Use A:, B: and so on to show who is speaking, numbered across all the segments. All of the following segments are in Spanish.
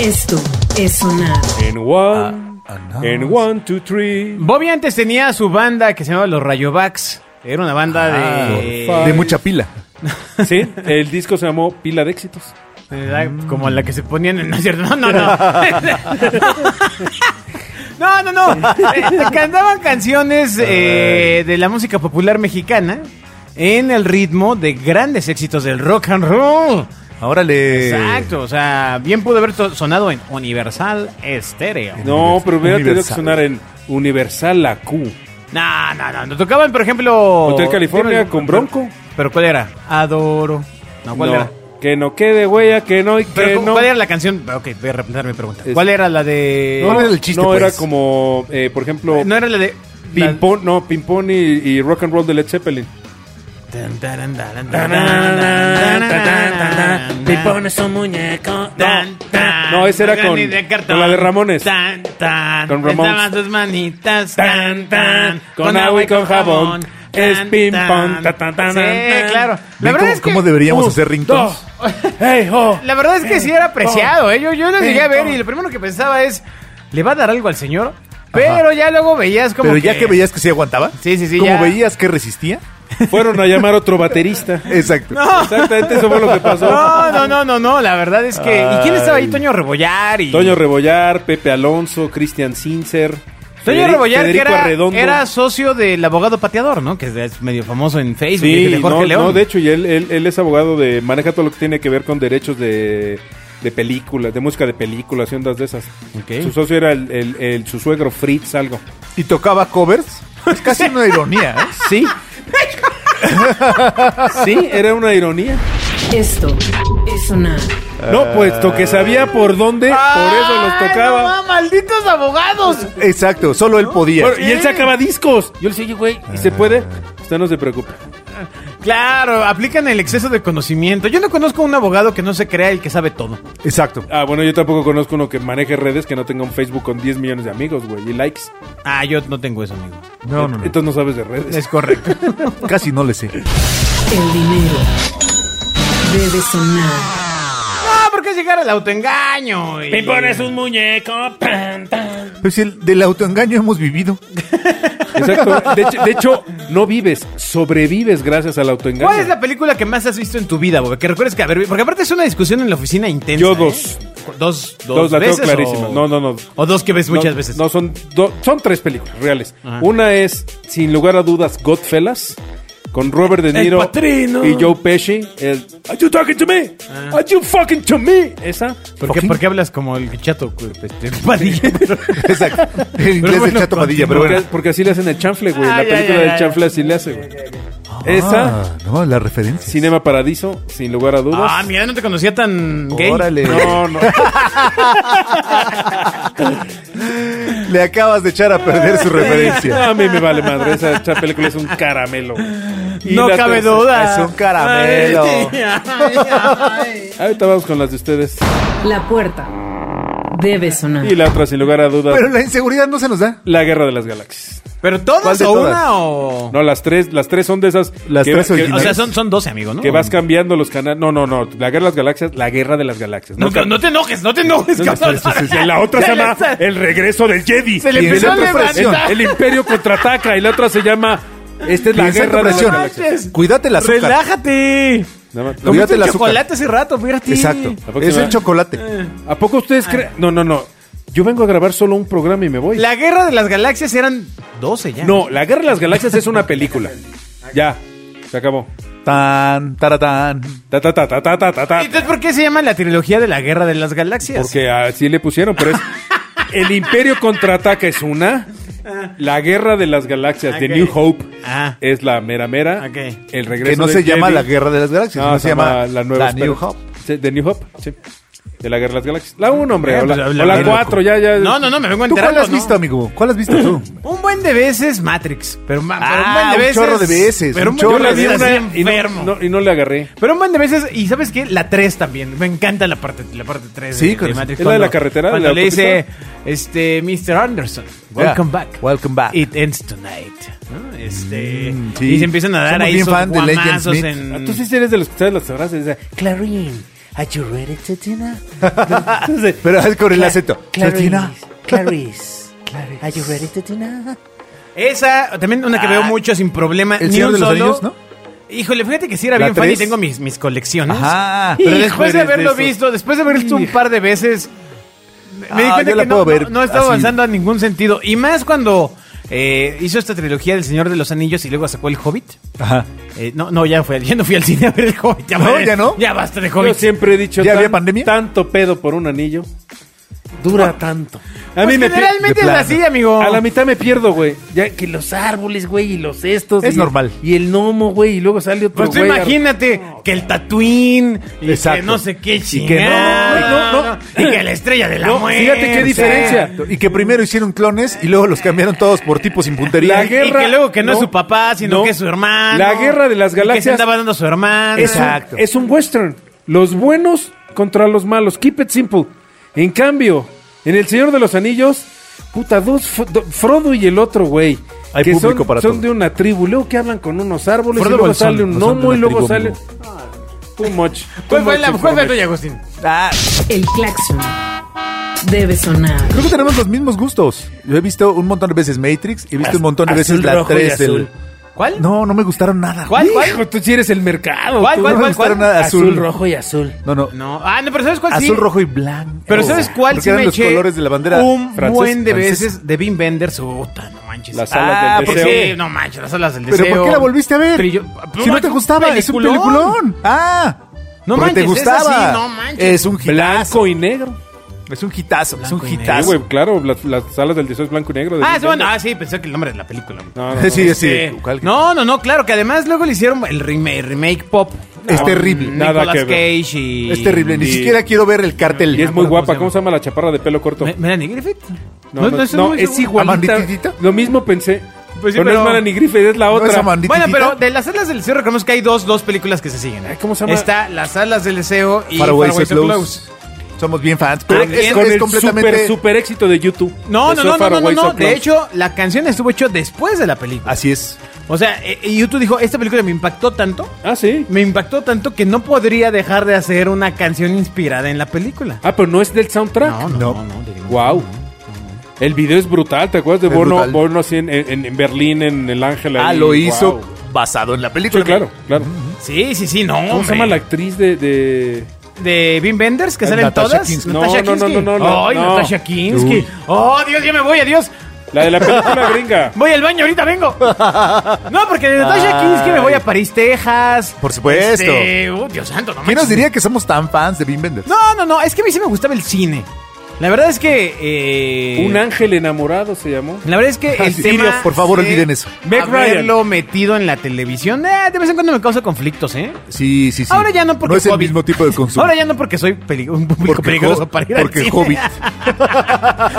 A: Esto es sonar.
B: En
C: Ah,
B: one,
D: Ah,
B: en one, two, three.
D: Bobby antes tenía su banda que se llamaba Los Rayobacks. Era una banda de...
B: Ah, por
C: De mucha pila.
B: Sí, el disco se llamó Pila de Éxitos.
D: ¿verdad? Como la que se ponían en... No, es cierto, no, no, no. No, no, no. Eh, Cantaban canciones eh, de la música popular mexicana en el ritmo de grandes éxitos del rock and roll.
C: Ahora le.
D: Exacto, o sea, bien pudo haber to- sonado en Universal Estéreo.
B: No,
C: Univers-
B: pero hubiera tenido que
C: Universal.
B: sonar en Universal La Q.
D: No, no, no. Nos tocaban, por ejemplo...
B: Hotel California
D: Dime,
B: con Bronco.
D: ¿Pero cuál era? Adoro. No, ¿cuál
B: No,
D: era?
B: Que no quede huella, que no y
C: Eh,
D: Pero,
B: que
D: ¿cu-
B: no.
D: ¿Cuál era la canción? Ah, Ok, voy a replantear mi pregunta.
B: Es-
D: ¿Cuál era la de.?
B: No,
C: ¿Cuál era el chiste,
B: no,
C: pues?
B: era como, eh, por ejemplo,
D: No era la de.
B: Pimpón, no, Pimpón y, y Rock and Roll de Led Zeppelin.
D: Tan, taran, taran, taran, taran, taran,
E: Pipones son muñecos.
D: tan, tan.
B: No, ese era
D: Grande
B: con-
D: de cartón.
B: con la de Ramones.
D: Tan, tan.
B: Con Ramones.
D: Estaban sus manitas.
B: Tan, tan. Con agua y con jabón. Es
D: Tan,
B: ping
D: tan.
B: pong, ta, ta, ta,
D: Sí,
B: na, na.
D: claro. La
C: ¿Ven
D: verdad
C: cómo,
D: es que.
C: cómo deberíamos
B: Un,
C: hacer ringtones?
B: dos. Hey, ho.
D: La verdad es que sí era apreciado, ¿eh? Yo, yo lo llegué a ver
B: ping,
D: y lo primero que pensaba es, ¿le va a dar algo al señor? Pero ya luego veías como
C: Pero ya que veías que se aguantaba.
D: Sí, sí, sí,
C: Como
D: ya.
C: veías que resistía.
B: Fueron a llamar otro baterista.
C: Exacto.
B: Exactamente, eso fue lo que pasó.
D: No, no, no, no, no, la verdad es que... ¿Y quién estaba ahí? Toño Rebollar y...
B: Toño Rebollar, Pepe Alonso, Cristian Sincer.
D: Toño
B: Federico-
D: Rebollar,
B: Federico
D: que
B: Arredondo.
D: era, era socio del abogado pateador, ¿no? Que es medio famoso en Facebook,
B: Sí,
D: de Jorge
B: no,
D: León.
B: no, de hecho, y él, él, él es abogado de. Maneja todo lo que tiene que ver con derechos de, de películas, de música de películas y ondas de esas.
D: Ok.
B: Su socio era el, el- el- su suegro Fritz, algo.
C: Y tocaba covers. Es casi una ironía, ¿eh?
B: Sí. sí, era una ironía.
A: Esto es sonar.
B: No, puesto que sabía por dónde, por eso los
D: ¡Ay,
B: tocaba.
D: Ah, no, ¡Malditos abogados!
C: Exacto, solo él podía.
B: Bueno, y él sacaba discos. Yo le dije, güey, ¿y se puede? Usted no se preocupe.
D: Claro, aplican el exceso de conocimiento. Yo no conozco un abogado que no se crea el que sabe todo.
C: Exacto.
B: Ah, bueno, yo tampoco conozco uno que maneje redes que no tenga un Facebook con 10 millones de amigos, güey, y likes.
D: Ah, yo no tengo eso, amigo.
C: No, no, no.
B: Entonces no sabes de redes.
D: Es correcto.
C: Casi no le sé.
A: El dinero debe sonar.
D: no, porque es llegar al autoengaño. y-
E: Pipón es un muñeco. Pan, pan.
C: Pero si Pues el, del autoengaño hemos vivido.
B: Exacto. De hecho, de hecho, no vives, sobrevives gracias al autoengaño.
D: ¿Cuál es la película que más has visto en tu vida, Bob? Que recuerdes que haber Porque aparte es una discusión en la oficina intensa.
B: Yo
D: ¿eh?
B: dos.
D: Dos, dos,
B: Dos, la tengo
D: veces
B: clarísima.
D: o-
B: No, no, no.
D: O dos que ves muchas
B: No,
D: veces.
B: No, son, do- son tres películas reales.
D: Ajá.
B: Una es, sin lugar a dudas, Godfellas, con Robert De Niro
E: padrino.
B: y Joe Pesci. El, Are you talking to me?
D: Ah.
B: Are you fucking to me? Esa.
D: ¿Por, qué,
C: Fucking-
D: por qué hablas como el chato? cu- este, Padilla.
C: Exacto. El inglés
D: bueno,
C: del Chato Padilla, pero
B: Porque,
C: bueno.
B: porque así le hacen el chanfle, güey.
D: Ah,
B: la
D: ya,
B: película
D: ya,
B: del
D: ya,
B: chanfle así le hace, güey. Esa,
C: Ah, no, la referencia.
B: Cinema Paradiso, sin lugar a dudas.
D: ah, mira, no te conocía tan gay.
C: Órale.
B: No, no.
C: Le acabas de echar a perder su
B: No,
C: referencia.
B: a mí me vale madre. Esa, esa película es un caramelo. Y
D: No
B: la
D: cabe
B: tercera-
D: duda.
C: Es un caramelo.
B: Ahorita vamos con las de ustedes.
A: La puerta debe sonar.
B: Y la otra, sin lugar a dudas,
C: Pero la inseguridad no se nos da.
B: la guerra de las galaxias.
D: ¿Pero
C: ¿Cuál
D: todas
C: de
D: o
C: todas?
D: una o...?
B: No, las tres, las tres son de esas.
C: Las
B: que,
C: tres
B: que-
D: o
C: originales.
D: sea, son, son 12, amigo, ¿no?
B: que vas cambiando los canales. No, no, no. La guerra de las galaxias, la guerra de las galaxias.
D: No, no, no te enojes, no te enojes,
B: No, no,
D: cabrón.
B: sí, sí, sí. La otra se
D: Se le-
B: llama
D: se-
B: El regreso del Jedi.
D: Se le
B: Y
D: empezó
B: la
D: a
B: otra-
D: levantar.
B: El, el imperio contraataca. Y la otra se llama. Esta es la
C: Piensa en
B: guerra de las
C: presión.
B: galaxias.
C: Cuídate la azúcar.
D: ¡Relájate!
B: Nada más.
C: Cuídate
D: Comiste
C: el
D: un
C: azúcar.
D: chocolate hace rato, fíjate.
C: Exacto.
B: ¿A poco
C: Es
B: se va?
C: el chocolate.
B: ¿A poco
D: Ah.
B: ustedes creen? No, no, no. Yo vengo a grabar solo un programa y me voy.
D: La guerra de las galaxias eran 12 ya.
B: No, La Guerra de las Galaxias es una película. Ya, se acabó.
C: Tan, taratán.
B: Ta, ta, ta, ta, ta, ta, ta, ta.
D: ¿Y entonces por qué se llama la trilogía de la guerra de las galaxias?
B: Porque así le pusieron, pero es. El Imperio contraataca es una. La Guerra de las Galaxias de
D: Ah. Ok.
B: New Hope
D: Ah.
B: es la mera mera.
D: Ok.
B: El regreso
C: Que no
B: del
C: se llama
B: Jedi.
C: la guerra de las galaxias,
B: No,
C: no, se llama
B: la nueva
C: New
B: espera-
C: Hope.
B: Sí, de New Hope, sí. De la Guerra de las Galaxias. La 1, hombre.
D: Eh,
B: o la-
D: pues,
B: o
D: la-
B: la
D: la-
B: 4, ya, ya.
D: No, no, no, me vengo a
C: ¿Tú
D: enterar.
C: cuál has visto, amigo? ¿Cuál has visto tú?
D: Un buen de veces Matrix. Pero, ma- pero
C: Ah,
D: un buen de
C: un
D: veces.
C: chorro de veces,
D: Pero
C: un
D: un,
B: Yo
C: chorro
D: buen
B: la
D: de
B: vi
D: veces.
B: una
D: así
B: y no-
D: enfermo.
B: no- y no le agarré.
D: Pero un buen de veces. Y ¿sabes qué? La 3 también. Me encanta la parte, la parte 3
C: Sí,
D: de,
C: con-
D: de Matrix.
B: ¿Es la de la
D: cuando-
B: carretera, de
D: Cuando
B: la
D: le dice, este, Mr. Anderson, welcome
C: Yeah,
D: back.
C: welcome back.
D: It ends tonight. ¿no? Este,
C: Mm, sí.
D: Y se empiezan a dar
C: Somos
D: ahí
C: bien
D: sus
C: fan de Ah, Legend
B: Ah,
D: guamazos
C: Smith.
D: en...
B: Tú sí eres de los que sabes las frases. de, Clarín,
F: Are you ready to dinner?
C: Pero es con el acento.
F: Clarice.
C: Latina.
F: Clarice. Are you ready to dinner?
D: Esa, también una que veo mucho sin problema.
C: Ah, El
D: ni
C: Señor
D: un
C: de los
D: solo.
C: Anillos, ¿no?
D: Híjole, fíjate que sí era
C: La
D: bien fan y
C: tres.
D: tengo mis, mis colecciones.
C: Ajá.
D: Pero
C: Pero
D: después de
C: eres
D: haberlo
C: esos.
D: visto, después de haberlo visto un par de veces, me me di
C: Ah,
D: cuenta
C: yo la
D: que no,
C: puedo ver
D: no, no estaba
C: así.
D: avanzando a ningún sentido. Y más cuando eh, hizo esta trilogía del Señor de los Anillos y luego sacó el Hobbit.
C: Ajá.
D: Eh, no, no, ya, fue, ya no fui al cine a ver el Hobbit. Ya,
C: No,
D: madre,
C: ya no.
D: Ya basta de
B: Yo
D: Hobbit.
B: siempre he dicho
C: ¿Ya
B: tan-
C: había pandemia?
B: tanto pedo por un anillo. Dura tanto. A
D: Pues
B: mí me pi-
D: generalmente
C: de
D: es
C: plano.
D: así, amigo.
B: a la mitad me pierdo, güey.
E: Ya que los árboles, güey, y los estos.
C: Es
E: y-
C: normal.
E: Y el gnomo, güey, y luego sale otro
D: Pues tú
E: güey.
D: imagínate que el Tatuín y
C: Exacto.
D: que no sé qué
C: Y que no,
D: chingada,
C: no, no.
D: Y que la estrella de la
B: No,
D: muerte.
B: fíjate qué diferencia.
C: Exacto. Y que primero hicieron clones y luego los cambiaron todos por tipos sin puntería.
B: La
D: Y-
B: guerra-
D: y que luego que no, es
B: no,
D: su papá, sino
B: no.
D: que es su hermano.
B: La guerra de las
D: Y Que se
B: galaxias-
D: andaba dando su hermano.
B: Es un-
C: Exacto.
B: es un western. Los buenos contra los malos. Keep it simple. En cambio, en El Señor de los Anillos, puta, dos, F- do- Frodo y el otro, güey.
C: Hay
B: que
C: público
B: son,
C: para
B: son
C: todo.
B: de una tribu. Luego que hablan con unos árboles
C: Frodo
B: y luego
C: Bolsón,
B: sale un
C: no son de
B: gnomo y
C: una
B: luego
C: tribu,
B: sale...
C: amigo.
B: Ah, Too much.
D: ¿Cuál
B: Too much
D: fue la cuál fue la
B: information.
D: tuya, Agustín?
C: Ah,
B: este
A: El claxon debe sonar.
C: creo que tenemos los mismos gustos. Yo he visto un montón de veces Matrix y he visto un montón de veces
E: azul,
C: la
E: rojo y
C: 3 del.
E: azul.
D: ¿Cuál?
C: No, no me gustaron nada.
D: ¿Cuál? ¿Cuál?
B: Hijo, tú sí eres el mercado.
D: ¿Cuál,
B: tú.
C: No
D: cuál?
C: me gustaron nada.
E: Azul,
C: Azul,
E: rojo y azul.
C: No, no.
D: No. Ah, no, pero ¿sabes cuál sí?
C: Azul, rojo y blanco.
D: Pero ¿sabes cuál
C: Oh, Porque
D: sí
C: eran
D: me
C: los
D: eché
C: colores de la bandera
D: un
C: francesa.
D: buen de
C: francesa.
D: veces de Vin Benders? Puta, no manches.
B: Las alas
C: Ah,
B: del
D: ¿por
C: ¿por
B: deseo.
D: qué? No manches, las alas del deseo.
C: ¿Pero por qué la volviste a ver?
D: Trillo-
C: Si no te gustaba, es un peliculón. Ah,
D: No
C: porque te
D: manches, esa
C: gustaba.
D: sí, no manches.
C: Es un hitazo.
B: Blanco y negro.
C: Es un hitazo. Es un
D: Blanco
B: Sí,
D: y
C: hitazo.
B: güey, claro, las, las salas del deseo es blanco y negro. de
D: Ah, sí,
B: Nintendo.
D: bueno, ah, sí, pensé que el nombre de la película.
B: No, no, no.
C: Sí, sí.
D: Eh,
C: ¿cuál?
D: no, no, no, claro, que además luego le hicieron el remake, remake pop.
C: Es
D: con
C: terrible.
B: Nada
D: Nicolas
B: que ver.
D: Cage y...
C: Es terrible. Ni
B: Y-
C: siquiera quiero ver el cartel.
B: Y es muy
D: acuerdo
B: guapa.
D: cómo
B: ¿Cómo
D: se
B: se llama la chaparra de pelo corto?
D: Me- ¿Melanie Griffith?
B: No, no,
D: estoy
B: no,
D: muy
B: es
D: seguro.
B: igualita.
C: ¿Amandititita?
B: Lo mismo pensé.
D: Pues sí,
B: pero, no
D: pero-
B: es Melanie Griffith, es la
C: ¿No es
B: otra.
C: Amandititita?
D: Bueno, pero de las alas del deseo reconozco que hay dos, dos películas que se siguen. ¿eh?
B: Ay, ¿cómo se llama?
D: Está Las alas del deseo y
C: Faraway
D: Faraway Ah,
C: So
D: So
C: Close. Somos bien fans.
B: Con-
C: Pero es,
B: con
C: es
B: el
C: completamente.
B: super, super éxito de YouTube.
D: No,
B: De
D: no,
B: So
D: no, no,
B: Far
D: no, no,
B: Away,
D: no.
B: So
D: De
B: Close.
D: hecho, la canción estuvo hecha después de la película.
C: Así es.
D: O sea, eh, eh, YouTube dijo, esta película me impactó tanto,
B: Ah, sí.
D: me impactó tanto que no podría dejar de hacer una canción inspirada en la película.
B: Ah, pero no es del soundtrack.
C: No.
D: de ningún-
B: Wow. El video es brutal, ¿te acuerdas de
C: Es
B: Bono,
C: brutal.
B: Bono así en, en- en Berlín, en El Ángel?
C: Ah,
B: ahí?
C: lo hizo
B: Wow.
C: basado en la película.
B: Sí, claro, claro.
D: Sí, sí, sí, no.
B: ¿Cómo se
D: Mm, hombre.
B: llama la actriz de...? de...
D: de Vin Benders que
C: Eh,
D: salen
C: Natasha
D: todas?
C: Kinski.
D: Natasha
B: No, no,
D: Kinski.
B: no, no, no,
D: Ay,
B: no.
D: Natasha Kinski. Oh, Dios, ya me voy, adiós.
B: La de la película gringa.
D: Voy al baño, ahorita vengo. No, porque de Natasha
C: Ay.
D: Kinski me voy a París, Texas.
C: Por supuesto.
D: Este, oh, Dios santo, no
C: ¿Quién
D: manches.
C: nos diría que somos tan fans de Bean Benders?
D: No, no, no, es que a mí sí me gustaba el cine. La verdad es que eh,
B: Un ángel enamorado se llamó.
D: La verdad es que el
C: Sí,
D: tema
C: por favor,
D: de
C: olviden eso.
B: Meg
D: haberlo metido en la televisión, eh, de vez en cuando me causa conflictos, ¿eh?
C: Sí, sí, sí.
D: Ahora ya no porque
C: No es el
D: Hobbit.
C: mismo tipo de consumo.
D: Ahora ya no porque soy peli- un público
C: Porque
D: peligroso
C: Hob-
D: para ir al
C: porque
D: cine.
C: Hobbit.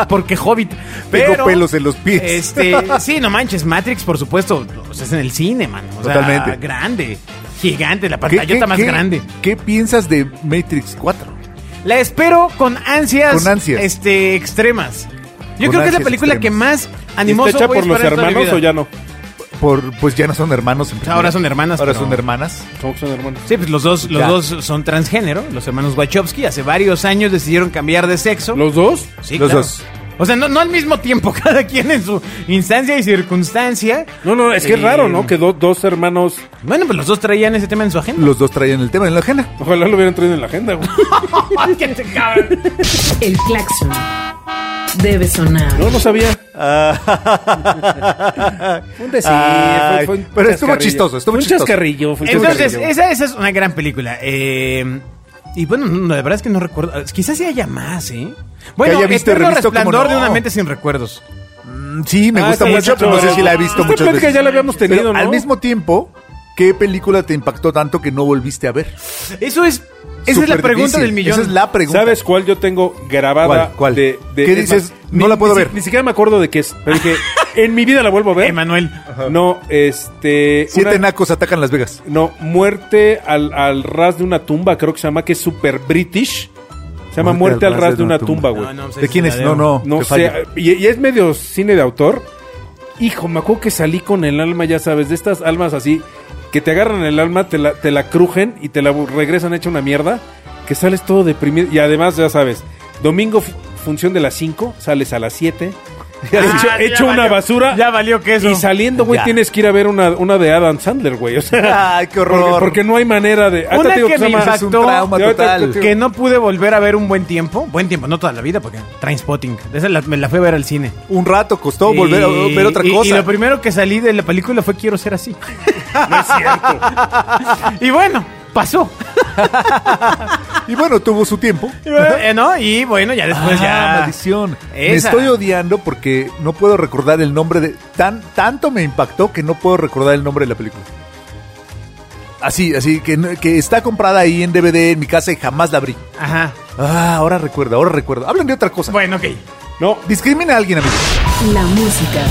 D: porque Hobbit.
C: Tengo
D: Pero,
C: pelos en los pies.
D: Este, sí, no manches, Matrix, por supuesto, o sea, es en el cine, man. O sea,
C: Totalmente.
D: grande, gigante, la
C: ¿Qué-
D: pantallota
C: qué-
D: más
C: qué-
D: grande.
C: ¿Qué piensas de Matrix 4?
D: La espero con ansias,
C: Con ansias.
D: Este, extremas. Yo
C: Con
D: creo que es la
C: ansias
D: película
C: extremas.
D: que más
B: ¿Está
D: animoso
B: hecha
D: voy a
B: por los
D: esperar toda mi
B: hermanos
D: vida.
B: o ya no?
C: Por, pues ya no son hermanos. en
D: Ahora
C: primera.
D: son hermanas,
C: Ahora
D: pero-
C: son hermanas.
B: ¿Cómo que son hermanos?
D: Sí, pues los dos, los
C: Ya.
D: dos son transgénero, los hermanos Wachowski. Hace varios años decidieron cambiar de sexo.
B: ¿Los dos?
D: Sí,
C: los
D: claro.
C: dos.
D: O sea, no, no al mismo tiempo, cada quien en su instancia y circunstancia.
B: No, no, es que es
D: Eh,
B: raro, ¿no? Que do- dos hermanos.
D: Bueno, pues los dos traían ese tema en su agenda.
C: Los dos traían el tema en la ajena.
B: Ojalá lo hubieran traído en la agenda, güey.
A: El claxon debe sonar.
B: No, no sabía.
C: un
B: decir, fue- fue un
C: pero estuvo
B: chascarrillo.
C: chistoso, estuvo
B: Fue un
C: chistoso.
B: chascarrillo,
C: Pues
B: fue un
D: Entonces,
B: chascarrillo.
D: esa, esa es una gran película. Eh, y bueno, no, la verdad es que no recuerdo. eh, Quizás sí haya más, ¿eh? Bueno,
C: haya visto y
D: Eterno
C: revisto, ¿cómo
D: resplandor
C: no?
D: de una mente sin recuerdos.
C: Mm, Sí, me
B: Ah,
C: gusta
B: sí,
C: mucho,
B: exacto.
C: pero no sé si la he visto
D: Este
B: Esta
C: muchas
B: plática
C: veces.
B: ya la habíamos tenido,
C: Pero
B: ¿no?
C: Al mismo tiempo, ¿qué película te impactó tanto que no volviste a ver?
D: Eso es. Esa es la
C: Súper
D: pregunta
C: difícil.
D: del millón.
C: Esa es la pregunta.
B: ¿Sabes cuál yo tengo grabada?
C: ¿Cuál, cuál?
B: De, de-
C: ¿Qué
B: es
C: dices?
B: más,
C: No
B: ni-
C: la puedo
B: ni si-
C: ver.
B: Ni siquiera me acuerdo de qué es. Pero dije, en mi vida la vuelvo a ver.
D: Emanuel.
B: No, este.
C: Siete
B: una-
C: nacos atacan Las Vegas.
B: No, muerte al, al ras de una tumba, creo que se llama, que es super british. Se llama Muerte, al ras de una tumba, güey.
D: No, no, pues
C: ¿De
D: es
C: quién
D: la
C: es?
D: de-
C: No, no.
B: No
C: te
B: sé,
C: fallo.
B: y, y es medio cine de autor. Hijo, me acuerdo que salí con el alma, ya sabes, de estas almas así, que te agarran el alma, te la, te la crujen y te la bu- regresan hecha una mierda. que sales todo deprimido. Y además, ya sabes, domingo fu- función de las 5, sales a las 7. hecho
D: Ah, ya
B: hecho una
D: valió.
B: basura.
D: Ya valió queso.
B: Y saliendo, güey,
C: Ya.
B: tienes que ir a ver una, una de Adam Sandler, güey. O sea,
C: Ay, qué
B: porque,
C: horror.
B: porque no hay manera de. Ahorita
D: Una
B: te digo
D: que
B: se
D: me
B: llama-
C: Es un
D: Exacto.
C: trauma
B: Y ahorita
C: total.
B: te-
D: que no pude volver a ver un buen tiempo. Buen tiempo, no toda la vida, porque Trainspotting. Esa la- me la fui a ver al cine.
C: Un rato costó
D: Y-
C: volver a ver otra
D: y-
C: cosa.
D: Y, lo primero que salí de la película fue Quiero ser así.
B: No es cierto.
D: y bueno, pasó.
C: Y bueno, tuvo su tiempo.
D: Eh, ¿No? Y bueno, ya después
C: Ah,
D: ya.
C: maldición. Me
D: Esa.
C: estoy odiando porque no puedo recordar el nombre de. Tan, tanto me impactó que no puedo recordar el nombre de la película. Así, así, que, no- que está comprada ahí en DVD en mi casa y jamás la abrí.
D: Ajá.
C: Ah, ahora recuerdo, ahora recuerdo. Hablan de otra cosa.
D: Bueno, ok.
B: No,
C: Discrimina a alguien, amigo.
A: La música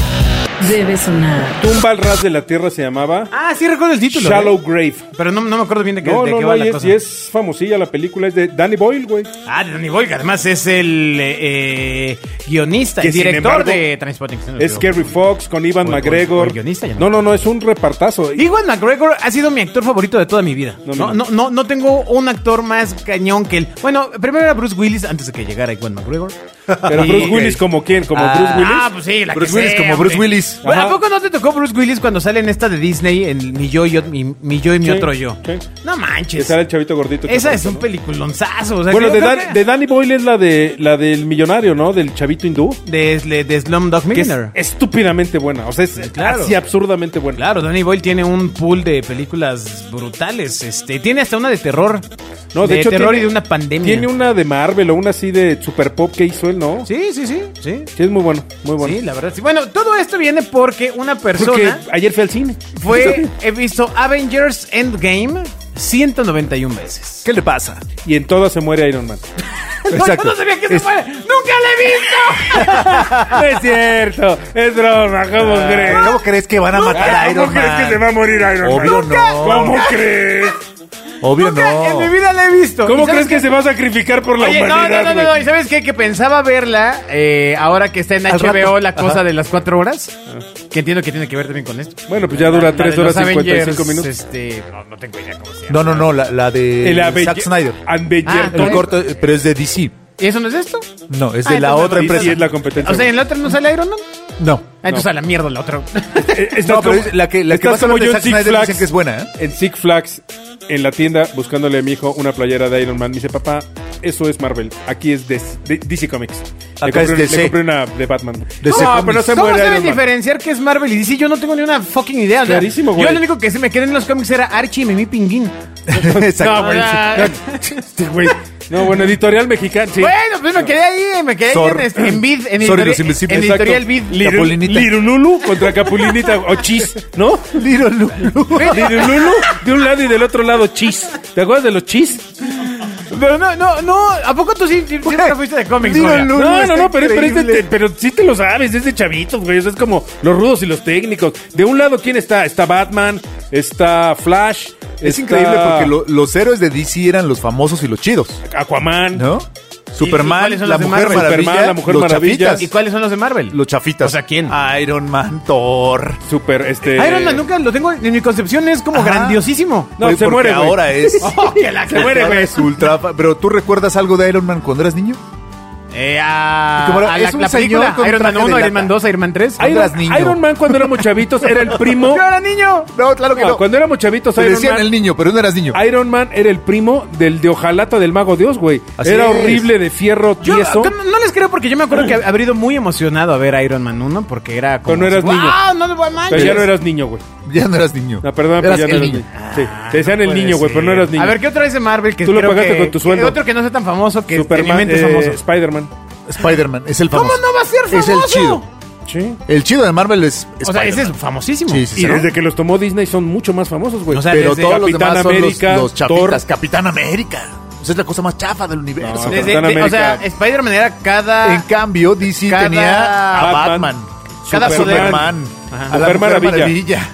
A: debe sonar.
B: Tumba al ras de la tierra se llamaba
D: Ah, sí recuerdo el título.
B: Shallow
D: ¿eh?
B: Grave.
D: Pero no, no me acuerdo bien de qué,
B: No,
D: de
B: no,
D: qué
B: no,
D: va
B: y
D: la
B: es,
D: cosa.
B: y es famosilla la película, es de Danny Boyle, güey.
D: Ah, de Danny Boyle, que además es el eh, eh, guionista
B: Que
D: y
B: sin
D: director
B: embargo,
D: de Transpotting. Se me
B: Es
D: olvidó.
B: Kerry Fox con Ivan
D: Ah, O- o- o
B: McGregor.
D: el guionista, ya no.
B: No, no, no, es un repartazo. Y-
D: Ewan McGregor ha sido mi actor favorito de toda mi vida.
B: No,
D: No,
B: no,
D: no,
B: no.
D: no, no tengo un actor más cañón que él. Bueno, primero era Bruce Willis antes de que llegara Ewan McGregor.
B: Pero
D: Y-
B: Bruce Willis, ¿como quién? ¿Como Bruce Willis?
D: Ah, pues sí, la
C: Bruce
D: que
C: Willis
D: sea,
C: como
D: hombre.
C: Bruce Willis.
D: Bueno, ¿A
B: Ajá.
D: poco no te tocó Bruce Willis cuando sale en esta de Disney, en Mi Yo y Ot- mi, Mi yo y mi
B: Sí,
D: otro yo?
B: sí.
D: No
B: Que
D: manches.
B: sale el chavito gordito.
D: Esa es
B: chaparrito,
D: un
B: ¿no?
D: peliculonzazo. o sea,
B: Bueno,
D: yo
B: de,
D: creo
B: Dan-
D: que-
B: de Danny Boyle es la, de, la del millonario, ¿no? Del chavito hindú.
D: de, de, de Slumdog
B: Que es
D: Millionaire. Pues
B: estúpidamente buena. O sea, es
D: Claro.
B: así absurdamente buena.
D: Claro, Danny Boyle tiene un pool de películas brutales. Este, tiene hasta una de terror.
B: No, de, hecho.
D: terror
B: tiene-
D: y de una pandemia.
B: Tiene una de Marvel o una así de super pop que hizo él, ¿no?
D: Sí, sí, sí, sí.
B: Sí, es muy bueno, muy bueno.
D: Sí, la verdad. Sí. Bueno, todo esto viene porque una
B: Porque
D: persona
B: ayer fui al cine.
D: fue, he visto Avengers Endgame 191 veces.
C: ¿Qué le pasa?
B: Y en todas se muere Iron Man.
D: No, yo no sabía que se
C: Es-
D: fuera. ¡Nunca la he visto!
B: no es cierto, es broma, ¿cómo crees?
C: ¿Cómo crees que van a matar a Iron Man?
B: a morir Iron
C: Obvio no.
B: ¿Cómo crees?
C: Obvio
D: Nunca en mi
C: no.
D: vida la he visto.
B: ¿Cómo
D: ¿Y sabes
B: crees que
D: qué?
B: se va a sacrificar por la
D: Oye, no, no,
B: humanidad?
D: no, no,
B: güey?
D: no, ¿Y sabes qué? Que pensaba verla eh, ahora que está en
C: Al
D: HBO
C: rato.
D: la cosa de las cuatro horas. Que entiendo que tiene que ver también con esto.
B: Bueno, pues ya
D: La
B: dura
D: de
B: 3
D: los
B: horas 55
D: Avengers,
B: minutos.
D: Este, no, no tengo idea cómo se llama.
C: No, no, no, la, la de
B: El Ave-
C: Zack Snyder.
B: Avengers.
C: El corto, eh, pero es de DC.
D: ¿Y eso no es esto?
C: No, es
D: Ah,
C: de la otra
D: entonces no
B: Sí, sí,
C: empresa.
B: es la competencia.
D: O sea, ¿en la otra no sale Iron Man?
C: No.
D: Ah, entonces
B: No.
D: a la mierda la otra.
B: Eh, estás
C: No, pero
B: como-
C: es la que, la que
B: estás
C: más hablan
B: como yo
C: de
B: en
C: Zack
B: Six
C: Snyder
B: Flags.
C: dicen que es buena, ¿eh?
B: En Six Flags, en la tienda, buscándole a mi hijo una playera de Iron Man, me dice, papá, eso es Marvel. Aquí es DC, de- DC Comics. Le
C: Acá es
B: compré, un-
C: DC.
B: le compré una de Batman.
C: DC
B: no,
C: Comics.
B: pero no se
D: ¿Cómo
B: muere
D: saben
B: Iron Man.
D: diferenciar qué es Marvel y DC? Yo no tengo ni una fucking idea. o sea,
B: Clarísimo, güey.
D: Yo lo único que se me quedé en los cómics era Archie y Mimi Pinguín.
C: Exacto.
D: No, güey.
B: Ah, sí, güey. No, bueno, editorial mexicana, sí.
D: Bueno, pues me quedé ahí, me quedé ahí
C: Sor-
D: en, este, en Vid, en,
C: Sor y
D: editori-
C: los Invisibles.
D: en
C: Exacto.
D: editorial Vid.
B: Liru-
C: Capulinita.
B: Lirululu contra Capulinita o chis, ¿no?
C: Little Lulu.
B: Lirululu de un lado y del otro lado chis. ¿Te acuerdas de los chis?
D: Pero no, no, no, ¿a poco tú sí, sí siempre fuiste de cómics,
C: Dilo, Lu.
D: Goya?
B: No,
C: Lulu
B: no,
C: está
B: no, pero, es- pero es de-
C: increíble.
B: pero sí te lo sabes, es de chavitos, güey. O sea, es como los rudos y los técnicos. De un lado, ¿quién está? Está Batman, está Flash.
C: Es
B: está
C: increíble porque lo- los héroes de DC eran los famosos y los chidos,
B: Aquaman.
C: ¿no? Superman,
D: cuáles son
C: la
D: los de
C: mujer
D: Marvel?
C: maravilla,
B: Superman, la Mujer
C: los
B: Maravilla.
C: chafitas,
D: ¿Y cuáles son los de Marvel?
C: los chafitas.
D: O sea, ¿quién?
C: Iron Man, Thor.
B: Super, este.
D: Iron Man nunca lo tengo, en mi concepción es como
C: Ajá.
D: grandiosísimo.
B: No,
C: Güey,
B: se
C: porque
B: muere, güey.
C: ahora es
D: Oh, que la
B: Se muere, pues. güey.
C: es ultra, fa- pero tú recuerdas algo de Iron Man cuando eras niño?
D: Eh, a,
C: Como era-
D: a la,
C: es un
D: la
C: señor
D: película
C: con
D: Iron
C: traje
D: Man
C: de
D: 1, Iron
C: lata.
D: Man 2, Iron Man 3.
C: Ay,
B: Iron,
C: eras niño.
B: Iron Man cuando éramos chavitos era el primo.
D: ¡Yo era niño!
C: No, claro que
B: No,
C: no.
B: cuando éramos chavitos
C: Te
B: Iron
C: decían
B: Man.
C: el niño, pero no eras niño.
B: Iron Man era el primo del de Ojalata del Mago Dios, güey.
C: Así
B: Era
C: es.
B: horrible de fierro
D: Yo
B: tieso.
D: no- no les creo porque yo me acuerdo que habría ido muy emocionado a ver Iron Man 1 porque era como...
B: Pero no eras
D: ¡Wow!
B: niño.
D: ¡No me
B: Pero ya no eras niño, güey.
C: Ya no eras niño.
B: No, perdón, pero
C: Eras
B: ya no
C: el
B: eras niño.
C: niño.
B: Sí, te decían el niño, güey, pero Ah, no eras niño.
D: A ver, ¿qué otro es de Marvel que
B: Tú lo
D: creo
B: pagaste
D: que-
B: con tu
D: que
B: sueldo.
D: Otro que no sea tan famoso, que
B: Superman,
D: Superman, es
B: eh,
D: famoso.
B: Spider-Man.
C: Spider-Man es el famoso.
D: ¿Cómo no va a ser famoso?
C: Es el chido.
B: Sí.
C: El chido de Marvel es
D: O sea,
C: Spider-Man.
D: ese es famosísimo.
C: Sí, sí,
B: Y
C: ¿no?
B: desde que los tomó Disney son mucho más famosos, güey.
D: O sea,
C: Pero
D: desde
C: todos los
B: Capitán
C: demás son los-
B: América,
C: los, chafitas.
B: Thor.
C: Capitán América. O sea, es la cosa más chafa del universo.
B: No,
D: Desde-
B: Capitán
D: de- o sea,
B: América.
D: Spider-Man era cada...
C: En cambio, DC
D: Cada
C: tenía a
B: Batman,
C: Batman,
D: cada
C: cada
B: Superman,
C: Superman,
B: Ajá.
C: a la
B: Mujer
C: Mujer
B: Maravilla.
C: Maravilla.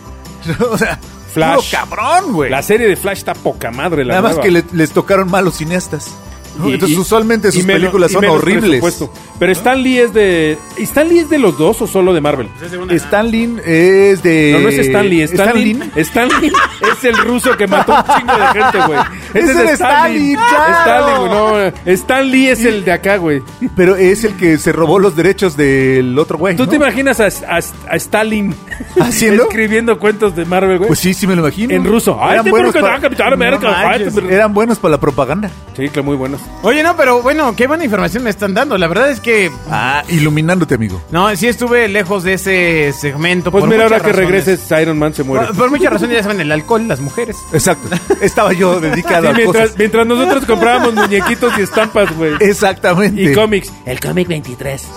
C: o sea,
B: Flash.
C: puro cabrón, güey.
B: La serie de Flash está poca madre, la
C: Nada más
B: nueva.
C: que le- les tocaron mal los cineastas. No, entonces, usualmente sus
B: menos-
C: películas
B: y
C: son
B: menos
C: horribles.
B: presupuesto. Pero Stan Lee es de. ¿Stan Lee es de los dos o solo de Marvel?
C: Stan Lee es de.
B: No, no es Stan Lee. Stan, Lee, Stan Lee es el ruso que mató un chingo de gente, güey.
C: Es el Stalin, claro.
B: Stan Lee, güey, no. Stan Lee es el de acá, güey.
C: Pero es el que se robó los derechos del otro güey.
B: ¿Tú
C: ¿no?
B: te imaginas a, a- a Stalin
C: ¿Haciendo?
B: escribiendo cuentos de Marvel, güey?
C: Pues sí, sí me lo imagino.
B: En ruso. Ay,
C: Eran
B: te
C: buenos,
B: creo que
C: para,
B: no, Capitán América,
C: No manches,
B: ay, te-
C: eran buenos para la propaganda.
B: Sí, claro, muy buenos.
D: Oye, no, pero bueno, qué buena información me están dando. La verdad es que.
C: Ah, iluminándote, amigo.
D: No, sí estuve lejos de ese segmento.
B: Pues
D: por
B: mira, ahora
D: muchas
B: que
D: razones.
B: regreses, Iron Man se muere.
D: Por, por muchas razones, ya saben, el alcohol, las mujeres.
C: Exacto. Estaba yo
B: Sí,
C: dedicado a
B: mientras,
C: cosas.
B: mientras nosotros comprábamos muñequitos y estampas, güey.
C: Exactamente.
B: Y cómics.
F: El cómic 23.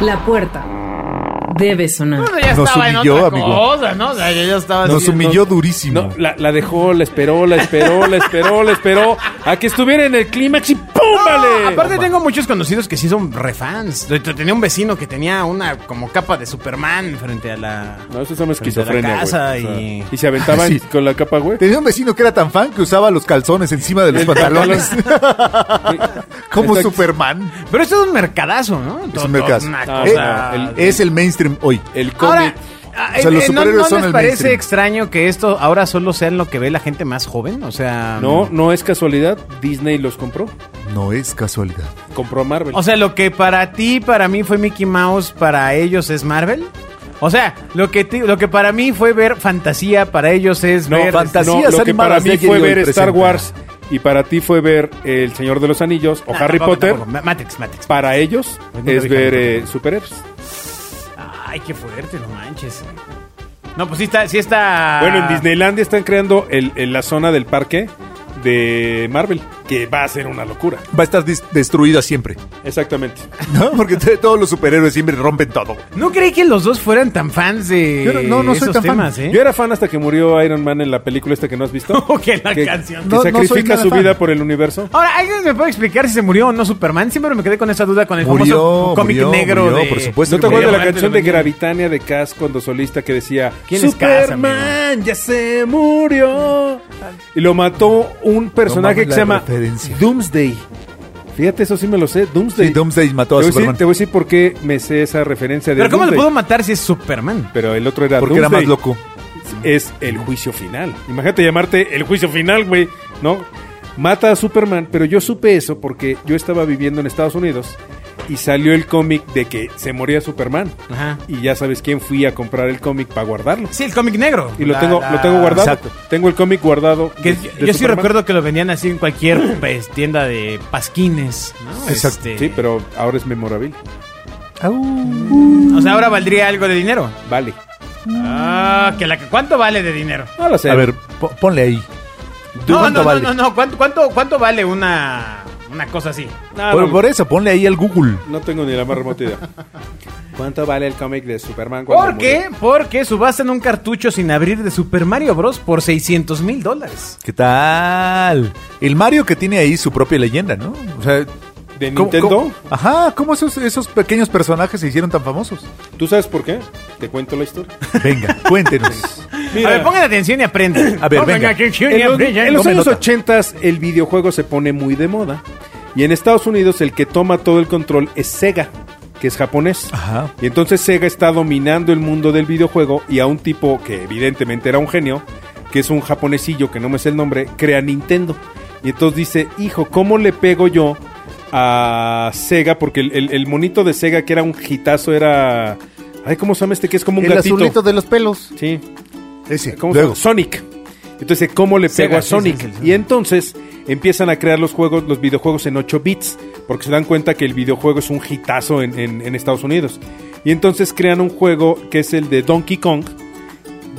A: La puerta debe sonar.
D: Bueno, ya
C: Nos
D: estaba en
C: humilló,
D: otra
C: amigo.
D: cosa, ¿no? O sea, yo ya estaba
C: Nos
D: así,
C: humilló durísimo.
B: No, la, la dejó, la esperó, la esperó, la esperó, la esperó. A que estuviera en el clímax y ¡pum! vale!
D: No, aparte tengo muchos conocidos que sí son refans. Yo Tenía un vecino que tenía una como capa de Superman frente a la...
B: No, eso se llama
D: frente
B: esquizofrenia,
D: a la
B: güey.
D: casa
B: O sea,
D: y-
B: y... se aventaban
D: Ah,
C: Sí.
B: con la capa, güey.
C: Tenía un vecino que era tan fan que usaba los calzones encima de los
B: El
C: pantalones. Como
B: Exacto.
C: Superman.
D: Pero esto es un mercadazo, ¿no?
C: Es un mercado.
D: Una
B: No,
D: cosa-
B: no, Ah, el-
C: Es el mainstream hoy.
B: El
D: Ahora,
B: cómic.
D: ah,
C: O sea, los
D: eh, ¿no,
C: superhéroes
D: no
C: son
D: les
C: el
D: parece
C: mainstream.
D: extraño que esto ahora solo sea en lo que ve la gente más joven? O sea... mm,
B: No, no es casualidad. Disney los compró.
C: No es casualidad.
B: Compró a Marvel.
D: O sea, lo que para ti, para mí fue Mickey Mouse, para ellos es Marvel. O sea, lo que, ti- lo que para mí fue ver fantasía, para ellos es
B: no,
D: ver...
B: no,
C: fantasías
B: lo que
C: animadas
B: para
C: de
B: mí
C: ayer y
B: fue
C: hoy
B: ver Star
C: presenta.
B: Wars y para ti fue ver El Señor de los Anillos o
D: No,
B: Harry
D: Ah, tampoco,
B: Potter.
D: tampoco. Ma- Matrix, Matrix.
B: Para ellos
D: Pues nunca
B: es
D: vi
B: ver
D: Harry
B: eh,
D: Potter.
B: superhéroes.
D: Ay, qué fuerte, no manches. No, pues sí está, sí está.
B: Bueno,
C: Ah.
B: en Disneylandia están creando el, el- la zona del parque de Marvel, que va a ser una locura.
C: Va a estar dis- destruida siempre.
B: Exactamente.
C: ¿No? Porque t- todos los superhéroes siempre rompen todo.
D: No creí que los dos fueran tan fans de
C: Yo no- no, no soy
D: esos
C: tan fan.
D: temas, ¿eh?
B: Yo era fan hasta que murió Iron Man en la película esta que no has visto.
D: que la canción.
B: que
C: No, no soy
B: sacrifica
C: nada
B: su
C: fan.
B: vida por el universo.
D: Ahora, ¿alguien me puede explicar si se murió o no Superman? Siempre me quedé con esa duda con el famoso cómic
C: murió,
D: negro
C: murió,
D: de...
C: por supuesto.
B: ¿No te
C: que murió.
B: acuerdas de la
D: Antes
B: canción
D: de
B: de
D: venir.
B: Gravitania de Cass cuando solista que decía
D: ¿Quién es Cass,
B: Superman ya se murió? Y lo mató un personaje
C: mames
B: que
C: la
B: se llama
C: referencia.
B: Doomsday. Fíjate, eso sí me lo sé, Doomsday.
C: Sí, Doomsday mató a
B: Te voy decir-
C: Superman.
B: te voy a decir por qué me sé esa referencia de
D: Pero ¿cómo lo
B: Doomsday.
D: puedo matar si es Superman?
B: Pero el otro era
C: Porque era
B: Doomsday.
C: más loco.
B: Es el juicio final. Imagínate llamarte el juicio final, güey, ¿no? Mata a Superman, pero yo supe eso porque yo estaba viviendo en Estados Unidos y salió el cómic de que se moría Superman.
D: Ajá.
B: Y ya sabes quién fui a comprar el cómic para guardarlo.
D: Sí, el cómic negro.
B: Y lo
D: La-
B: tengo
D: la-
B: lo tengo guardado.
C: Exacto.
B: Tengo el cómic guardado.
D: Que
B: de-
D: yo
B: de
D: yo sí
B: Superman.
D: recuerdo que lo vendían así en cualquier pues, tienda de pasquines, ¿no?
C: Exacto.
D: Este,
B: Sí, pero ahora es memorable.
D: O sea, ahora valdría algo de dinero.
B: Vale.
D: Ah, que la que cuánto vale de dinero.
B: No lo sé.
C: A ver, po- ponle ahí. ¿Tú
D: No,
C: cuánto
D: no,
C: vale?
D: no, no, no, ¿cuánto, cuánto, cuánto vale una, una cosa así?
B: No,
C: Por,
B: no,
C: por eso, ponle ahí al Google.
B: no tengo ni la más remota idea. ¿Cuánto vale el cómic de Superman? cuando
D: ¿Por qué? Porque subastan un cartucho sin abrir de Super Mario Bros. por 600 mil dólares.
C: ¿Qué tal? El Mario que tiene ahí su propia leyenda, ¿no? O sea,
B: murió? ¿De
C: ¿cómo-
B: Nintendo?
C: cómo- ajá, ¿cómo esos, esos pequeños personajes se hicieron tan famosos?
B: ¿Tú sabes por qué? Te cuento la historia.
C: Venga, cuéntenos.
B: Mira.
D: A ver, pongan atención y aprendan.
C: A ver,
D: Pongan
C: venga.
D: atención y
B: En los,
D: aprendan.
B: en los
C: Tome
B: años
C: nota.
B: 80 el videojuego se pone muy de moda. Y en Estados Unidos el que toma todo el control es Sega, que es japonés.
C: Ajá.
B: Y entonces Sega está dominando el mundo del videojuego y a un tipo que evidentemente era un genio, que es un japonesillo que no me sé el nombre, crea Nintendo. Y entonces dice, hijo, ¿cómo le pego yo a Sega? Porque el, el- el monito de Sega que era un hitazo era... Ay, ¿cómo se llama este? Que es como un
G: el
B: gatito.
G: azulito de los pelos.
B: Sí.
C: Ese,
B: ¿Cómo se
C: luego.
B: llama? Sonic. Entonces, ¿cómo le
D: Sega,
B: pego a
D: sí,
B: Sonic?
D: sí, sí, sí.
B: Y entonces empiezan a crear los juegos, los videojuegos en 8 bits, porque se dan cuenta que el videojuego es un hitazo en, en- en Estados Unidos. Y entonces crean un juego que es el de Donkey Kong,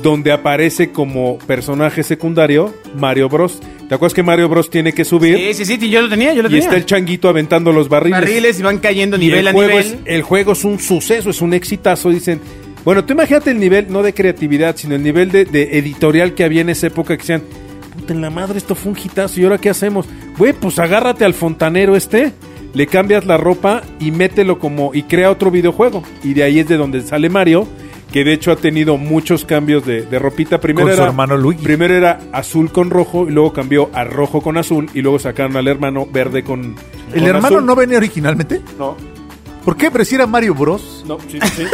B: donde aparece como personaje secundario Mario Bros. ¿Te acuerdas que Mario Bros tiene que subir?
D: Sí, sí, sí, yo lo tenía, yo lo
B: y
D: tenía.
B: está el changuito aventando los barriles.
D: Barriles y van cayendo
B: Y
D: nivel
B: el
D: a
B: juego
D: nivel.
B: Es, el juego es un suceso, es un exitazo, dicen. Bueno, tú imagínate el nivel, no de creatividad, sino el nivel de, de editorial que había en esa época que decían, puta en la madre, esto fue un hitazo, ¿y ahora qué hacemos? Güey, pues agárrate al fontanero este, le cambias la ropa y mételo como, y crea otro videojuego. Y de ahí es de donde sale Mario, que de hecho ha tenido muchos cambios de, de ropita. Primero
C: Con su
B: era,
C: hermano Luigi.
B: Primero era azul con rojo y luego cambió a rojo con azul y luego sacaron al hermano verde con.
C: ¿El
B: con
C: hermano
B: azul.
C: no venía originalmente?
B: No,
C: ¿Por qué? Pero si era Mario Bros.
B: no, sí, sí.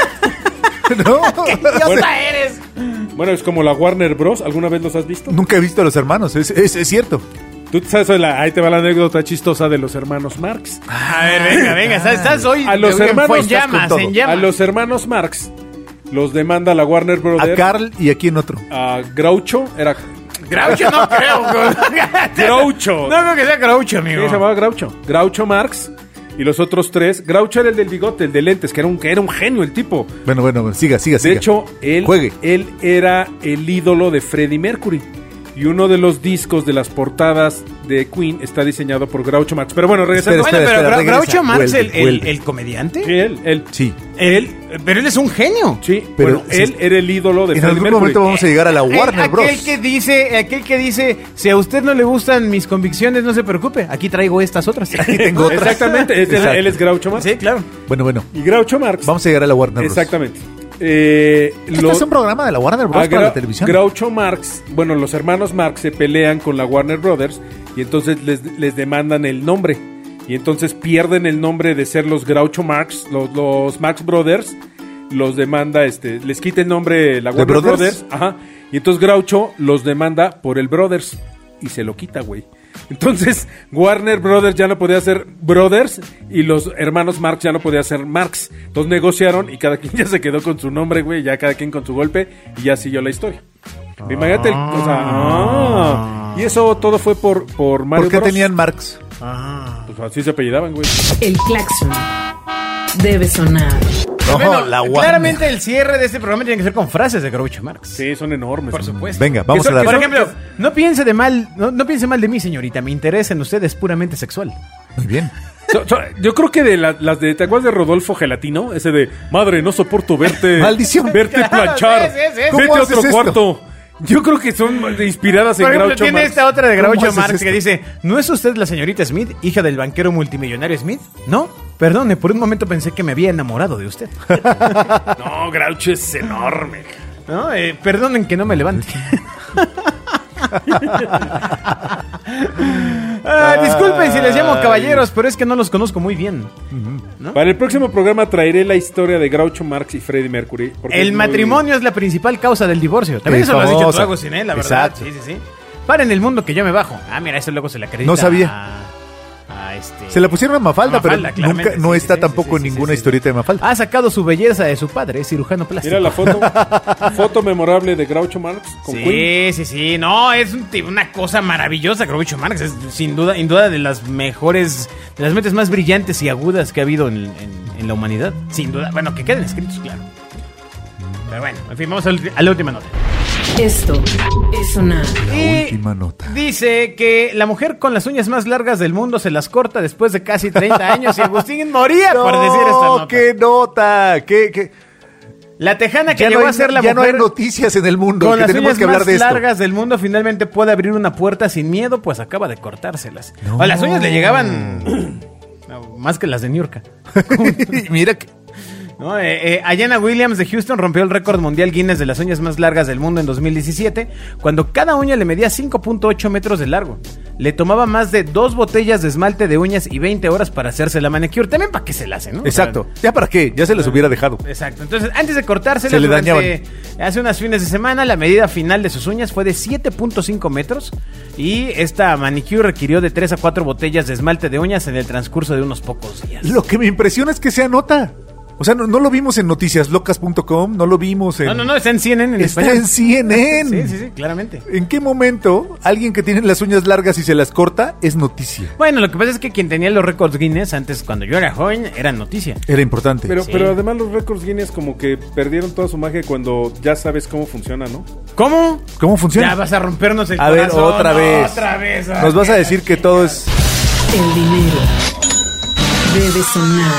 C: ¿No?
B: Bueno.
D: eres!
B: bueno, es como la Warner Bros. ¿Alguna vez los has visto?
C: Nunca he visto a los hermanos, es, es- es cierto.
B: Tú sabes, la- ahí te va la anécdota chistosa de los hermanos Marx.
D: A ver, venga, venga, estás, estás hoy.
B: A los
D: fue
B: hermanos
D: en
B: estás con
D: llamas,
C: todo.
D: en llamas.
B: A los hermanos Marx los demanda la Warner
C: A
B: Brothers.
C: Carl y aquí en otro.
B: a Groucho, era
D: Groucho no creo. güey.
B: Groucho.
D: No creo que sea Groucho,
B: Sí,
D: amigo.
B: se llamaba Groucho. Groucho Marx y los otros tres. Groucho era el del bigote, el de lentes, que era un, que era un genio el tipo.
C: Bueno, bueno, bueno, siga, siga,
B: De
C: siga.
B: hecho, él,
C: Juegue.
B: él era el ídolo de Freddie Mercury. Y uno de los discos de las portadas de Queen está diseñado por Groucho Marx. Pero bueno, regresando
D: bueno,
C: Espera, espera,
D: pero Gra-
C: regresa.
D: Groucho Marx, el,
C: Vuelve,
D: el-
C: vuelve.
D: el comediante.
B: Sí, él, él.
C: Sí.
D: Él, pero él es un genio.
B: Sí,
C: Pero
B: bueno,
C: sí.
B: él era el ídolo de
C: En
B: Freddie
C: algún
B: Mercury.
C: momento vamos a llegar a la
D: Él,
C: Warner Bros.
D: Eh, aquel que dice, aquel que dice, si a usted no le gustan mis convicciones, no se preocupe, aquí traigo estas otras.
C: Aquí tengo otras.
B: Exactamente, es-
C: Exacto.
B: él es Groucho Marx.
D: Sí, claro.
C: Bueno, bueno,
B: Y Groucho Marx.
C: vamos a llegar a la Warner Bros.
B: Exactamente. Eh,
C: Este
B: lo-
C: es un programa de la Warner Bros.
B: Ah,
C: para
B: Grau-
C: la televisión.
B: Groucho Marx, bueno, los hermanos Marx se pelean con la Warner Brothers y entonces les, les demandan el nombre. Y entonces pierden el nombre de ser los Groucho Marx, los, los Marx Brothers. Los demanda, este, les quita el nombre la Warner
C: Brothers?
B: Brothers. Ajá. Y entonces Groucho los demanda por el Brothers. Y se lo quita, güey. Entonces, Warner Brothers ya no podía ser Brothers y los hermanos Marx ya no podía ser Marx. Entonces negociaron y cada quien ya se quedó con su nombre, güey, ya cada quien con su golpe y ya siguió la historia. Imagínate, el- o sea, ah. y eso todo fue por, por Mario
C: ¿Por qué
B: Bros.
C: tenían Marx?
B: Pues así se apellidaban, güey.
A: El claxon debe sonar.
C: No,
D: Bueno,
C: la Warner.
D: claramente el cierre de este programa tiene que ser con frases de Groucho Marx.
B: Sí, son enormes.
D: Por supuesto.
C: Venga, vamos
B: Que
C: a
B: son-
C: dar.
B: que
D: Por
B: son-
D: ejemplo, no piense de mal, no, no piense mal de mí, señorita. Me interesa en usted es puramente sexual.
C: Muy bien.
B: So- so- yo creo que de la- las de, ¿te acuerdas de Rodolfo Gelatino? Ese de, madre, no soporto verte.
C: Maldición.
B: Verte
D: Claro,
B: planchar.
D: sí, sí, sí.
C: ¿Cómo
B: Vete a
C: haces
B: otro
C: esto?
B: cuarto. Yo creo que son inspiradas
D: Por
B: en
D: ejemplo,
B: Groucho
D: tiene
B: Marx.
D: esta otra de
C: ¿Cómo
D: Groucho
C: haces
D: Marx
C: esto?
D: que dice, ¿no es usted la señorita Smith, hija del banquero multimillonario Smith? No, perdone, por un momento pensé que me había enamorado de usted.
B: No, Groucho es enorme.
D: ¿No? Eh, perdonen que no me levante. Ah, disculpen si les llamo caballeros, pero es que no los conozco muy bien.
B: Para el próximo programa traeré la historia de Groucho Marx y Freddie Mercury. porque es
D: El
B: muy-
D: matrimonio es la principal causa del divorcio. También
C: Es
D: eso lo has dicho tú,
C: famosa.
D: Agustín, ¿eh? la verdad.
C: Exacto.
D: Sí, sí, sí. Paren el mundo que yo me bajo. Ah, mira, ese loco se la acredita.
C: No sabía.
D: A, a este...
C: Se la pusieron a Mafalda,
D: A
C: pero
D: Mafalda,
C: nunca,
D: claramente,
C: no
D: sí,
C: está
D: sí, sí,
C: tampoco
D: sí, sí,
C: ninguna
D: sí, sí.
C: historieta de Mafalda.
D: Ha sacado su belleza de su padre, cirujano plástico.
B: Mira la foto. foto memorable de Groucho Marx con Queen.
D: Sí, sí, sí. No, es un ti- una cosa maravillosa, Groucho Marx. Es sin duda, sin duda de las mejores, de las mentes más brillantes y agudas que ha habido en, en- en la humanidad. Sin duda. Bueno, que queden escritos, claro. Pero bueno, en fin, vamos al- a la última nota.
A: Esto es sonar.
D: Y
C: Última nota.
D: Dice que la mujer con las uñas más largas del mundo se las corta después de casi 30 años y Agustín moría por decir esta nota.
C: qué nota! ¿Qué, qué?
D: La tejana que
C: Ya, no
D: llegó
C: hay,
D: a ser la
C: ya no hay
D: mujer
C: noticias en el mundo.
D: con
C: que
D: las
C: tenemos
D: uñas
C: que hablar
D: más
C: de esto.
D: largas del mundo finalmente puede abrir una puerta sin miedo, pues acaba de cortárselas.
C: No.
D: O las uñas le llegaban no, más que las de New York.
C: Y Mira, que-
D: ¿no? Eh, eh, Ayana Williams de Houston rompió el récord mundial Guinness de las uñas más largas del mundo en 2017, cuando cada uña le medía 5.8 metros de largo. Le tomaba más de dos botellas de esmalte de uñas y 20 horas para hacerse la manicure. También para qué se la hace, ¿no? O sea,
C: exacto. ¿Ya para qué? Ya se las hubiera dejado.
D: Exacto. Entonces, antes de cortársela,
C: Se le
D: durante-
C: dañaban.
D: hace unas fines de semana, la medida final de sus uñas fue de 7.5 metros y esta manicure requirió de 3 a 4 botellas de esmalte de uñas en el transcurso de unos pocos días.
C: Lo que me impresiona es que sea nota. O sea, no, no lo vimos en noticiaslocas.com, no lo vimos en...
D: No, no, no, está en CNN en
C: Está
D: español.
C: en CNN.
D: Sí, sí, sí, claramente.
C: ¿En qué momento alguien que tiene las uñas largas y se las corta es noticia?
D: Bueno, lo que pasa es que quien tenía los récords Guinness antes, cuando yo era joven, era noticia.
C: Era importante.
B: Pero,
D: Sí.
B: pero además los récords Guinness como que perdieron toda su magia cuando ya sabes cómo funciona, ¿no?
D: ¿Cómo?
C: ¿Cómo funciona?
D: Ya vas a rompernos el
C: A ver,
D: corazón,
C: otra vez.
D: Otra vez.
C: Nos vas a decir que todo es...
D: Pues
A: El dinero debe sonar.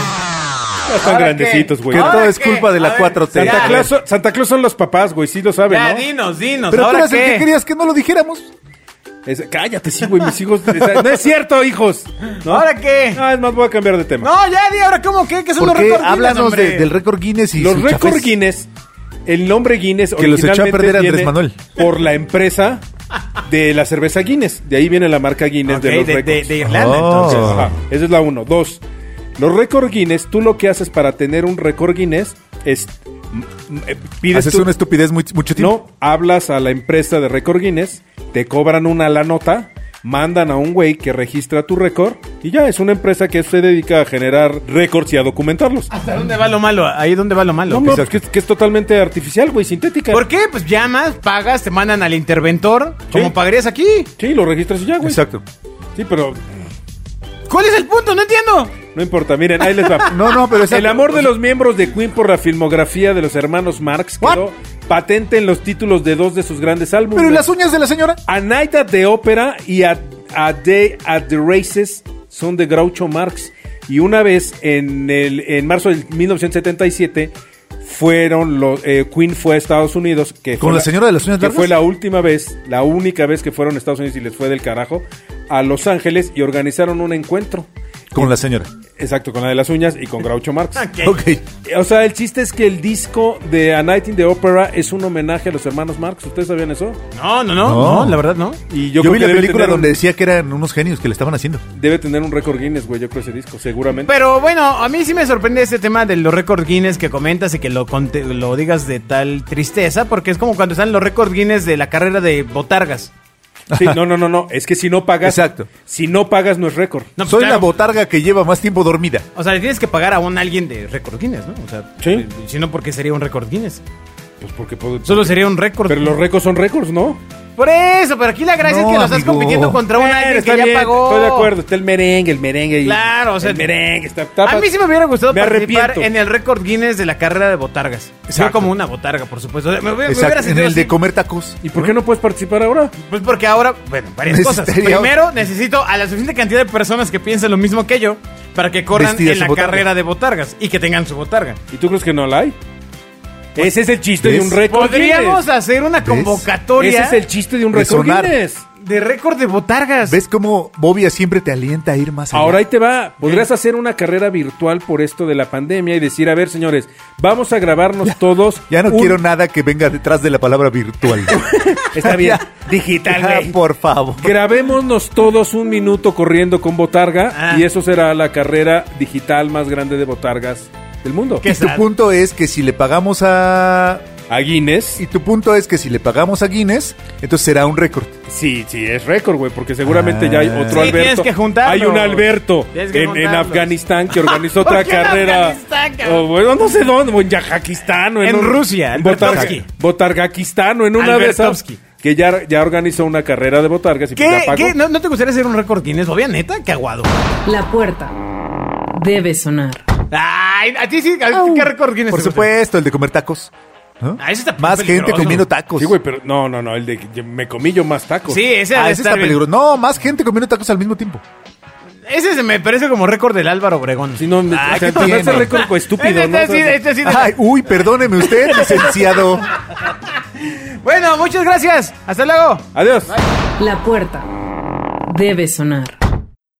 B: Ya están
D: Ahora
B: grandecitos,
D: qué,
B: güey.
C: que
D: ahora
C: todo es
D: qué,
C: culpa de la
D: a ver,
C: 4T.
B: Santa,
D: Ya,
B: Claus, son- Santa Claus son los papás, güey, sí lo saben,
D: Ya,
B: ¿no?
D: dinos, dinos.
C: Pero tú
D: ¿ahora
C: eras el
D: qué?
C: que querías que no lo dijéramos.
B: Es- cállate, sí, güey, mis hijos. No es cierto, hijos. ¿no?
D: ¿Ahora qué?
B: No, es más, voy a cambiar de tema.
D: No, ya, di ahora, ¿cómo qué? ¿Qué son los
C: Porque
D: récords Guinness,
C: háblanos de-
D: hombre?
C: del récord Guinness y
B: los
C: su
B: récords
C: chafés.
B: Guinness El nombre Guinness
C: Que los echó a
B: originalmente
C: perder Andrés
B: viene
C: Manuel.
B: Por la empresa de la cerveza Guinness. De ahí viene la marca Guinness
D: Ok,
B: de los
D: de, de-
B: récords.
D: de Irlanda,
C: Oh.
D: entonces.
B: Ajá, esa es la uno. Dos, los récord Guinness, tú lo que haces para tener un récord Guinness es... mm, mm, eh, pides
C: Haces
B: tu-
C: una estupidez muy- mucho tiempo.
B: no, hablas a la empresa de récord Guinness, te cobran una la nota, mandan a un güey que registra tu récord y ya es una empresa que se dedica a generar récords y a documentarlos.
D: ¿Hasta dónde va lo malo? Ahí donde va Ah, lo malo.
B: No, no, pues que, es- que es totalmente artificial, güey, sintética.
D: ¿Por qué? Pues llamas, pagas, te mandan al interventor, como pagarías aquí.
B: Sí, lo registras y ya, güey.
C: Exacto.
B: Sí, pero
D: ¿Cuál es el punto? No entiendo.
B: no importa, miren, ahí les va.
C: No, no, pero es
B: El amor de los miembros de Queen por la filmografía de los hermanos Marx quedó patente en los títulos de dos de sus grandes álbumes.
C: Pero ¿y las uñas de la señora?
B: A Night at the Opera y a, a Day at the Races son de Groucho Marx. Y una vez, en, el, en marzo de 1977, fueron los, eh, Queen fue a Estados Unidos. Que fue
C: ¿Con la señora de las uñas
B: Que
C: largas?
B: fue la última vez, la única vez que fueron a Estados Unidos y les fue del carajo, a Los Ángeles y organizaron un encuentro.
C: Con la señora.
B: Exacto, con la de las uñas y con Groucho Marx.
D: Eh,
C: Ok.
B: O sea, el chiste es que el disco de A Night in the Opera es un homenaje a los hermanos Marx. ¿Ustedes sabían eso?
D: No, no, no,
C: No.
D: no, la verdad no.
B: Y
C: Yo,
B: creo
C: vi
B: que
C: la
B: debe
C: película
B: tener un-
C: donde decía que eran unos genios que le estaban haciendo.
B: Debe tener un récord Guinness, güey, yo creo ese disco, seguramente.
D: Pero bueno, a mí sí me sorprende este tema de los récord Guinness que comentas y que lo, conte- lo digas de tal tristeza, porque es como cuando están los récord Guinness de la carrera de botargas.
B: Sí, no, no, no, no, es que si no pagas...
C: Exacto.
B: Si no pagas no es récord.
D: No, pues,
C: Soy
D: claro.
C: la botarga que lleva más tiempo dormida.
D: O sea, le tienes que pagar a un alguien de récord Guinness, ¿no? O sea,
B: Sí.
D: eh, si no, porque sería un récord Guinness.
B: Pues porque... puedo-
D: Solo sería un récord.
B: Pero los récords son récords, ¿no?
D: Por eso, pero aquí la gracia
C: No,
D: es que lo estás
C: amigo.
D: compitiendo contra un
B: Bueno,
D: alguien
B: está
D: que ya
B: bien,
D: pagó.
B: Estoy de acuerdo, está el merengue, el merengue. y-
D: Claro, o sea,
B: el merengue, está... está-
D: A mí sí me hubiera gustado
B: Me
D: participar
B: arrepiento.
D: en el récord Guinness de la carrera de botargas. Yo como una botarga, por supuesto. O sea, me, hubiera- me hubiera
C: Exacto. En
D: sentido
C: el
D: así.
C: de comer tacos.
B: ¿Y por qué no puedes participar ahora?
D: Pues porque ahora, bueno, varias cosas.
C: Necesitaría-
D: Primero, necesito a la suficiente cantidad de personas que piensen lo mismo que yo para que corran
C: Vestidas
D: en
C: en
D: la
C: botarga.
D: carrera de botargas y que tengan su botarga.
B: ¿Y tú crees que no la hay? Ese es el chiste de
C: ¿ves?
B: un récord
D: Pues, Podríamos
B: Guinness.
D: hacer una
B: Ese
D: convocatoria
B: es el chiste de un récord
C: Resonar.
B: Guinness.
D: de récord de botargas.
C: ¿Ves cómo Bobia siempre te alienta a ir más allá?
B: Ahora ahí te va. Podrías hacer una carrera virtual por esto de la pandemia y decir, a ver, señores, vamos a grabarnos todos.
C: ya no
B: un-
C: quiero nada que venga detrás de la palabra virtual.
B: Está bien.
C: Digital,
B: güey.
C: Por favor.
B: Grabémonos todos un minuto corriendo con Botarga
D: Ah.
B: y eso será la carrera digital más grande de Botargas del mundo.
D: ¿Qué?
C: Y tu
D: sad.
C: punto es que si le pagamos a...
B: A Guinness.
C: Y tu punto es que si le pagamos a Guinness, entonces será un récord.
B: Sí, sí, es récord, güey, porque seguramente
C: Ah.
B: ya hay otro
D: Sí,
B: Alberto.
D: tienes que juntarlos.
B: Hay un Alberto
D: Tienes que
B: en, en
D: juntarlos.
B: Afganistán que organizó
D: ¿Por
B: otra
D: qué en
B: carrera.
D: Afganistán, cabrón?
B: O, bueno, no sé dónde, o en Yajakistán o en,
D: En
B: un-
D: Rusia,
B: en
D: Albertovsky.
B: Botarga- Botargaquistán o en una de esas
D: Albertovsky.
B: que ya, ya organizó una carrera de botargas y pues
D: ¿Qué?
B: ya pagó.
D: ¿Qué? ¿No, no te gustaría hacer un récord Guinness? Obvia, neta, qué aguado.
A: La puerta debe sonar.
D: Ay, a ti sí, a ti qué récord Guinness.
C: Por
D: te gustaría?
C: supuesto, el de comer tacos. ¿no?
D: Ah, ese está
C: más gente
D: peligroso.
C: comiendo tacos.
B: Sí, güey, pero no, no, no, el de que me comí yo más tacos.
D: Sí, ese,
C: Ah,
D: debe
C: ese
D: estar
C: está
D: bien.
C: peligroso. No, más gente comiendo tacos al mismo tiempo.
D: Ese se me parece como récord del Álvaro Obregón.
B: Sí, no, me-
C: Ah,
B: o sea,
C: ¿qué
B: no es
C: tiene?
B: récord pues, estúpido,
D: Este
B: ¿no?
D: sí, este sí de-
C: Ay, uy, perdóneme usted, licenciado.
D: Bueno, muchas gracias. Hasta luego.
B: Adiós.
A: La puerta debe sonar.